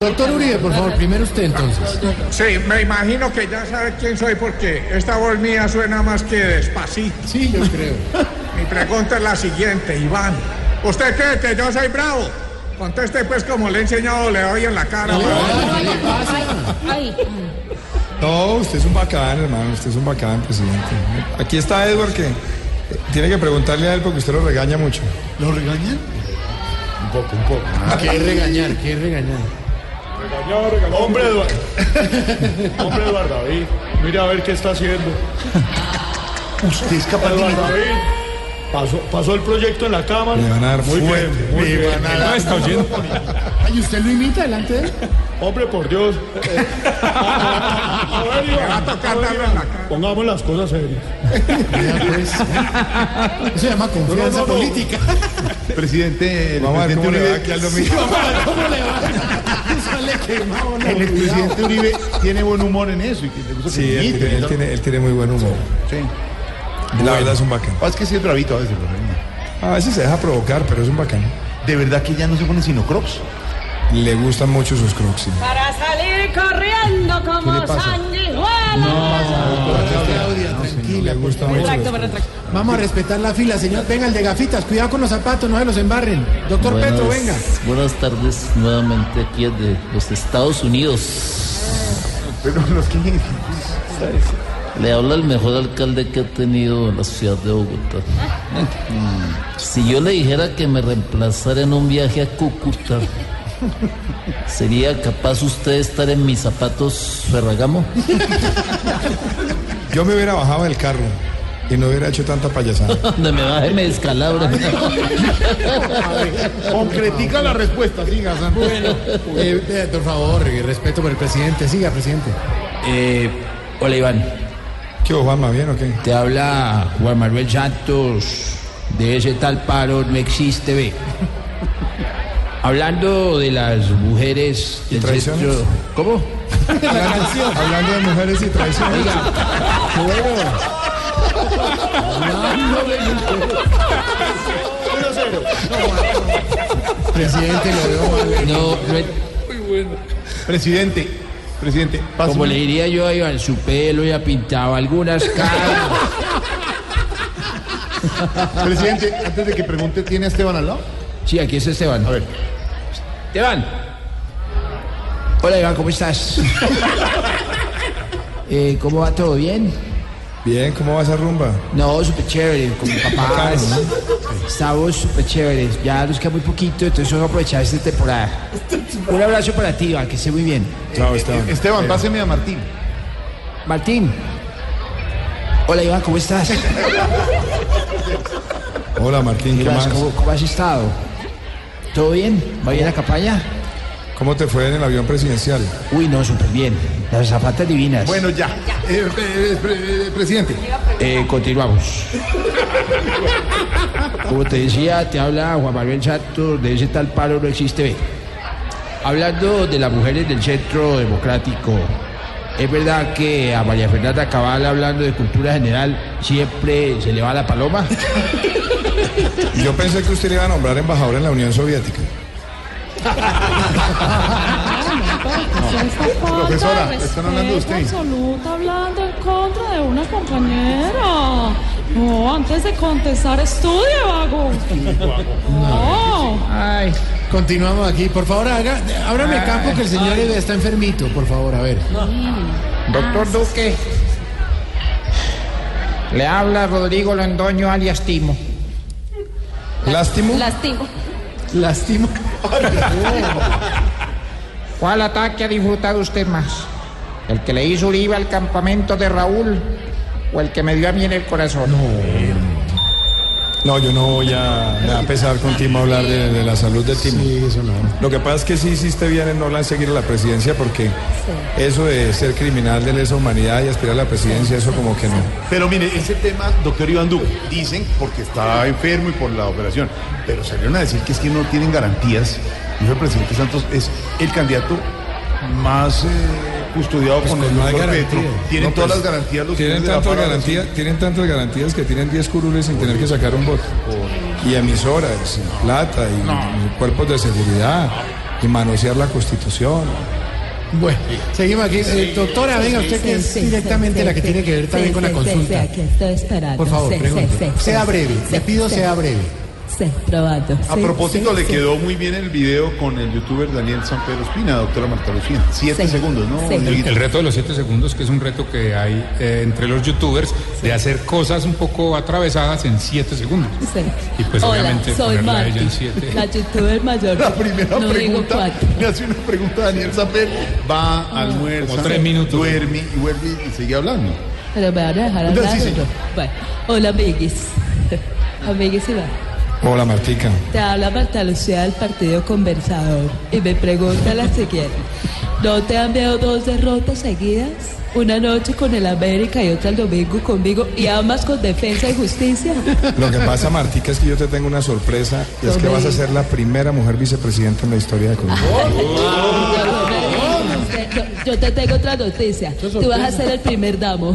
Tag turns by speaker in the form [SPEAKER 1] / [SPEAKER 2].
[SPEAKER 1] Doctor Uribe, por favor, primero usted entonces.
[SPEAKER 2] Sí, me imagino que ya sabe quién soy porque esta voz mía suena más que despacito.
[SPEAKER 1] Sí, yo creo.
[SPEAKER 2] Mi pregunta es la siguiente, Iván. ¿Usted cree que yo soy bravo? Conteste pues como le he enseñado, le doy en la cara. weón.
[SPEAKER 3] No, usted es un bacán, hermano, usted es un bacán, presidente. Aquí está Edward que eh, tiene que preguntarle a él porque usted lo regaña mucho.
[SPEAKER 1] ¿Lo regañan? Ah,
[SPEAKER 3] Un poco, un poco.
[SPEAKER 1] ¿Qué es regañar? ¿Qué es regañar?
[SPEAKER 4] Hombre Eduardo. Hombre Eduardo David. Mira a ver qué está haciendo.
[SPEAKER 1] ¿Usted es capaz
[SPEAKER 4] Eduardo David. Pasó, pasó el proyecto en la cámara.
[SPEAKER 3] Le van a dar
[SPEAKER 4] muy
[SPEAKER 3] fuerte,
[SPEAKER 4] bien, muy
[SPEAKER 3] le
[SPEAKER 4] bien.
[SPEAKER 3] van a dar-
[SPEAKER 4] No está oyendo.
[SPEAKER 1] ¿Y usted lo imita delante de él?
[SPEAKER 4] Hombre, por Dios. A ver, Iván,
[SPEAKER 2] Va a tocar
[SPEAKER 4] a ver,
[SPEAKER 2] darle
[SPEAKER 4] Iván,
[SPEAKER 2] en la cara.
[SPEAKER 4] Pongamos las cosas serias.
[SPEAKER 1] Ya, pues. Eso se llama confianza
[SPEAKER 4] No, no, no.
[SPEAKER 1] política.
[SPEAKER 5] Presidente, el
[SPEAKER 3] Vamos a ver
[SPEAKER 5] presidente
[SPEAKER 3] cómo le va
[SPEAKER 5] Uribe,
[SPEAKER 3] aquí al domingo.
[SPEAKER 1] ¿Cómo le va? Eso le quemó, no,
[SPEAKER 5] el
[SPEAKER 1] cuidado.
[SPEAKER 5] presidente Uribe tiene buen humor en eso y que le gusta que
[SPEAKER 3] Sí,
[SPEAKER 5] lo
[SPEAKER 3] él,
[SPEAKER 5] imiten
[SPEAKER 3] tiene,
[SPEAKER 5] y
[SPEAKER 3] él,
[SPEAKER 5] tal.
[SPEAKER 3] tiene, él tiene muy buen humor.
[SPEAKER 5] Sí.
[SPEAKER 3] La verdad es un bacán.
[SPEAKER 5] Ah, es que sí es bravito a veces, pero, ¿no?
[SPEAKER 3] A veces se deja provocar, pero es un bacán.
[SPEAKER 5] De verdad que ya no se ponen sino crocs.
[SPEAKER 3] Le gustan mucho sus crocs. sí.
[SPEAKER 6] Para salir corriendo como
[SPEAKER 3] pasa?
[SPEAKER 6] sanguijuela.
[SPEAKER 1] Claudia, tranquila.
[SPEAKER 3] Le gusta mucho. los crocs.
[SPEAKER 1] Vamos a respetar la fila, señor. Venga, el de gafitas, cuidado con los zapatos, no se los embarren. Doctor
[SPEAKER 7] Buenas-
[SPEAKER 1] Petro, venga.
[SPEAKER 7] Buenas tardes nuevamente aquí desde los Estados Unidos.
[SPEAKER 5] Pero los que
[SPEAKER 7] Le habla el mejor alcalde que ha tenido la ciudad de Bogotá. Mm, Si yo le dijera que me reemplazara en un viaje a Cúcuta, ¿sería capaz usted de estar en mis zapatos Ferragamo?
[SPEAKER 3] Yo me hubiera bajado del carro y no hubiera hecho tanta payasada.
[SPEAKER 7] Donde me baje me descalabra.
[SPEAKER 5] Concretica la respuesta, siga, Santos.
[SPEAKER 1] Eh, eh, por favor, eh, respeto por el presidente. Siga, presidente.
[SPEAKER 8] Eh, hola Iván,
[SPEAKER 3] ¿Qué hubo, Juanma? ¿Bien o qué?
[SPEAKER 8] te habla Juan Manuel Santos de ese tal paro no existe B. Hablando de las mujeres del
[SPEAKER 3] traiciones?
[SPEAKER 8] sexo- ¿Cómo?
[SPEAKER 3] Hablando, hablando de mujeres y traiciones.
[SPEAKER 1] Presidente, lo veo mal.
[SPEAKER 8] No, no es-
[SPEAKER 5] Presidente, presidente, pásame.
[SPEAKER 8] como le diría yo a Iván, su pelo ya pintaba algunas caras.
[SPEAKER 5] Presidente, antes de que pregunte, ¿tiene a Esteban al lado?
[SPEAKER 8] Sí, aquí es Esteban.
[SPEAKER 5] A ver.
[SPEAKER 8] Esteban. Hola Iván, ¿cómo estás? Eh, ¿Cómo va todo bien?
[SPEAKER 3] Bien, ¿cómo va esa rumba?
[SPEAKER 8] No, súper chévere, con mi papá.
[SPEAKER 3] Bacano, ¿no?
[SPEAKER 8] Estamos súper chéveres. Ya nos queda muy poquito, entonces vamos a aprovechar esta temporada. Un abrazo para ti, Iván, que esté muy bien.
[SPEAKER 3] Chao, Esteban.
[SPEAKER 5] Eh, Esteban, páseme a Martín.
[SPEAKER 8] Martín. Hola, Iván, ¿cómo estás?
[SPEAKER 3] Eh, Hola, Martín, ¿qué más?
[SPEAKER 8] ¿Cómo, cómo has estado? ¿Todo bien? ¿Va bien la campaña?
[SPEAKER 3] ¿Cómo te fue en el avión presidencial?
[SPEAKER 5] Eh,
[SPEAKER 8] Uy, no, súper bien. Las zapatas divinas.
[SPEAKER 5] Bueno, ya. Eh, eh, pre- eh, presidente.
[SPEAKER 8] Eh, continuamos. Como te decía, te habla Juan Manuel Santos de ese tal paro no existe B. Hablando de las mujeres del Centro Democrático, es verdad que a María Fernanda Cabal hablando de cultura general siempre se le va la paloma.
[SPEAKER 3] Yo pensé que usted le iba a nombrar embajador en la Unión Soviética.
[SPEAKER 5] Profesora, están hablando de usted.
[SPEAKER 6] absoluta hablando en contra de una compañera. No, antes de contestar, estudia, vago. No.
[SPEAKER 1] Ay, continuamos aquí. Por favor, haga, ábrame campo que el señor está enfermito, por favor, a ver.
[SPEAKER 2] Doctor Duque, le habla Rodrigo Londoño alias Timo.
[SPEAKER 3] Lástimo.
[SPEAKER 6] Lastimo.
[SPEAKER 1] Lastimo.
[SPEAKER 2] ¿Cuál ataque ha disfrutado usted más? ¿El que le hizo Uribe al campamento de Raúl o el que me dio a mí en el corazón?
[SPEAKER 3] No, yo no voy a, me va a pesar con Timo hablar de, de la salud de Timo. Lo que pasa es que sí hiciste bien en no seguir a la presidencia porque eso de ser criminal de lesa humanidad y aspirar a la presidencia, eso como que no.
[SPEAKER 5] Pero mire, ese tema, doctor Iván Duque, dicen porque está enfermo y por la operación, pero salieron a decir que es que no tienen garantías. Dijo el presidente Santos, es el candidato más eh, custodiado
[SPEAKER 3] Pues
[SPEAKER 5] con,
[SPEAKER 3] con
[SPEAKER 5] el
[SPEAKER 3] más
[SPEAKER 5] doctor Petro.
[SPEAKER 3] garantías.
[SPEAKER 5] Tienen
[SPEAKER 3] No,
[SPEAKER 5] todas
[SPEAKER 3] pues,
[SPEAKER 5] las garantías los
[SPEAKER 3] Tienen
[SPEAKER 5] jueces de la
[SPEAKER 3] tantas
[SPEAKER 5] paz,
[SPEAKER 3] garantías, tienen tantas garantías que tienen 10 curules sin tener que sacar un voto. Y emisoras, y plata, y, y cuerpos de seguridad, y manosear la constitución.
[SPEAKER 1] Bueno, seguimos aquí. Eh, doctora, venga, usted que es directamente la que tiene que ver también con la consulta.
[SPEAKER 9] aquí estoy esperando.
[SPEAKER 1] Por favor,
[SPEAKER 9] Sí, sí, sí,
[SPEAKER 1] pregunte.
[SPEAKER 9] sí,
[SPEAKER 1] Sea breve,
[SPEAKER 9] sí,
[SPEAKER 1] le pido
[SPEAKER 9] sí.
[SPEAKER 1] sea breve.
[SPEAKER 9] Sí, probando.
[SPEAKER 5] A
[SPEAKER 9] Sí,
[SPEAKER 5] propósito,
[SPEAKER 9] sí,
[SPEAKER 5] le
[SPEAKER 9] sí.
[SPEAKER 5] quedó muy bien el video con el youtuber Daniel San Pedro Espina, doctora Marta Lucía. Siete
[SPEAKER 9] Sí.
[SPEAKER 5] segundos, ¿no?
[SPEAKER 9] Sí.
[SPEAKER 10] El, el reto de los 7 segundos, que es un reto que hay eh, entre los youtubers de hacer cosas un poco atravesadas en 7 segundos.
[SPEAKER 9] Sí.
[SPEAKER 10] Y pues
[SPEAKER 9] Hola,
[SPEAKER 10] obviamente
[SPEAKER 9] soy
[SPEAKER 10] ponerla a ella en
[SPEAKER 9] Marti,
[SPEAKER 10] 7.
[SPEAKER 9] la youtuber mayor.
[SPEAKER 5] La primera
[SPEAKER 9] no digo
[SPEAKER 5] pregunta,
[SPEAKER 9] cuatro.
[SPEAKER 5] le hace una pregunta a Daniel San Pedro, va, almuerza,
[SPEAKER 10] Ah, Como tres minutos.
[SPEAKER 5] duerme y vuelve y sigue hablando.
[SPEAKER 9] Pero me van a dejar hablar.
[SPEAKER 5] No, sí,
[SPEAKER 9] ¿o no?
[SPEAKER 5] señor.
[SPEAKER 9] Bueno, hola, amiguis. amiguis, Iván.
[SPEAKER 3] Hola, Martica.
[SPEAKER 9] Te habla Marta Lucía del Partido Conversador y me pregunta la siguiente. ¿No te han dado dos derrotas seguidas? Una noche con el América y otra el domingo conmigo y ambas con defensa y justicia.
[SPEAKER 3] Lo que pasa, Martica, es que yo te tengo una sorpresa, y es que vas a ser la primera mujer vicepresidenta en la historia de Colombia.
[SPEAKER 9] Yo te tengo otra noticia. Tú vas a ser el primer damo.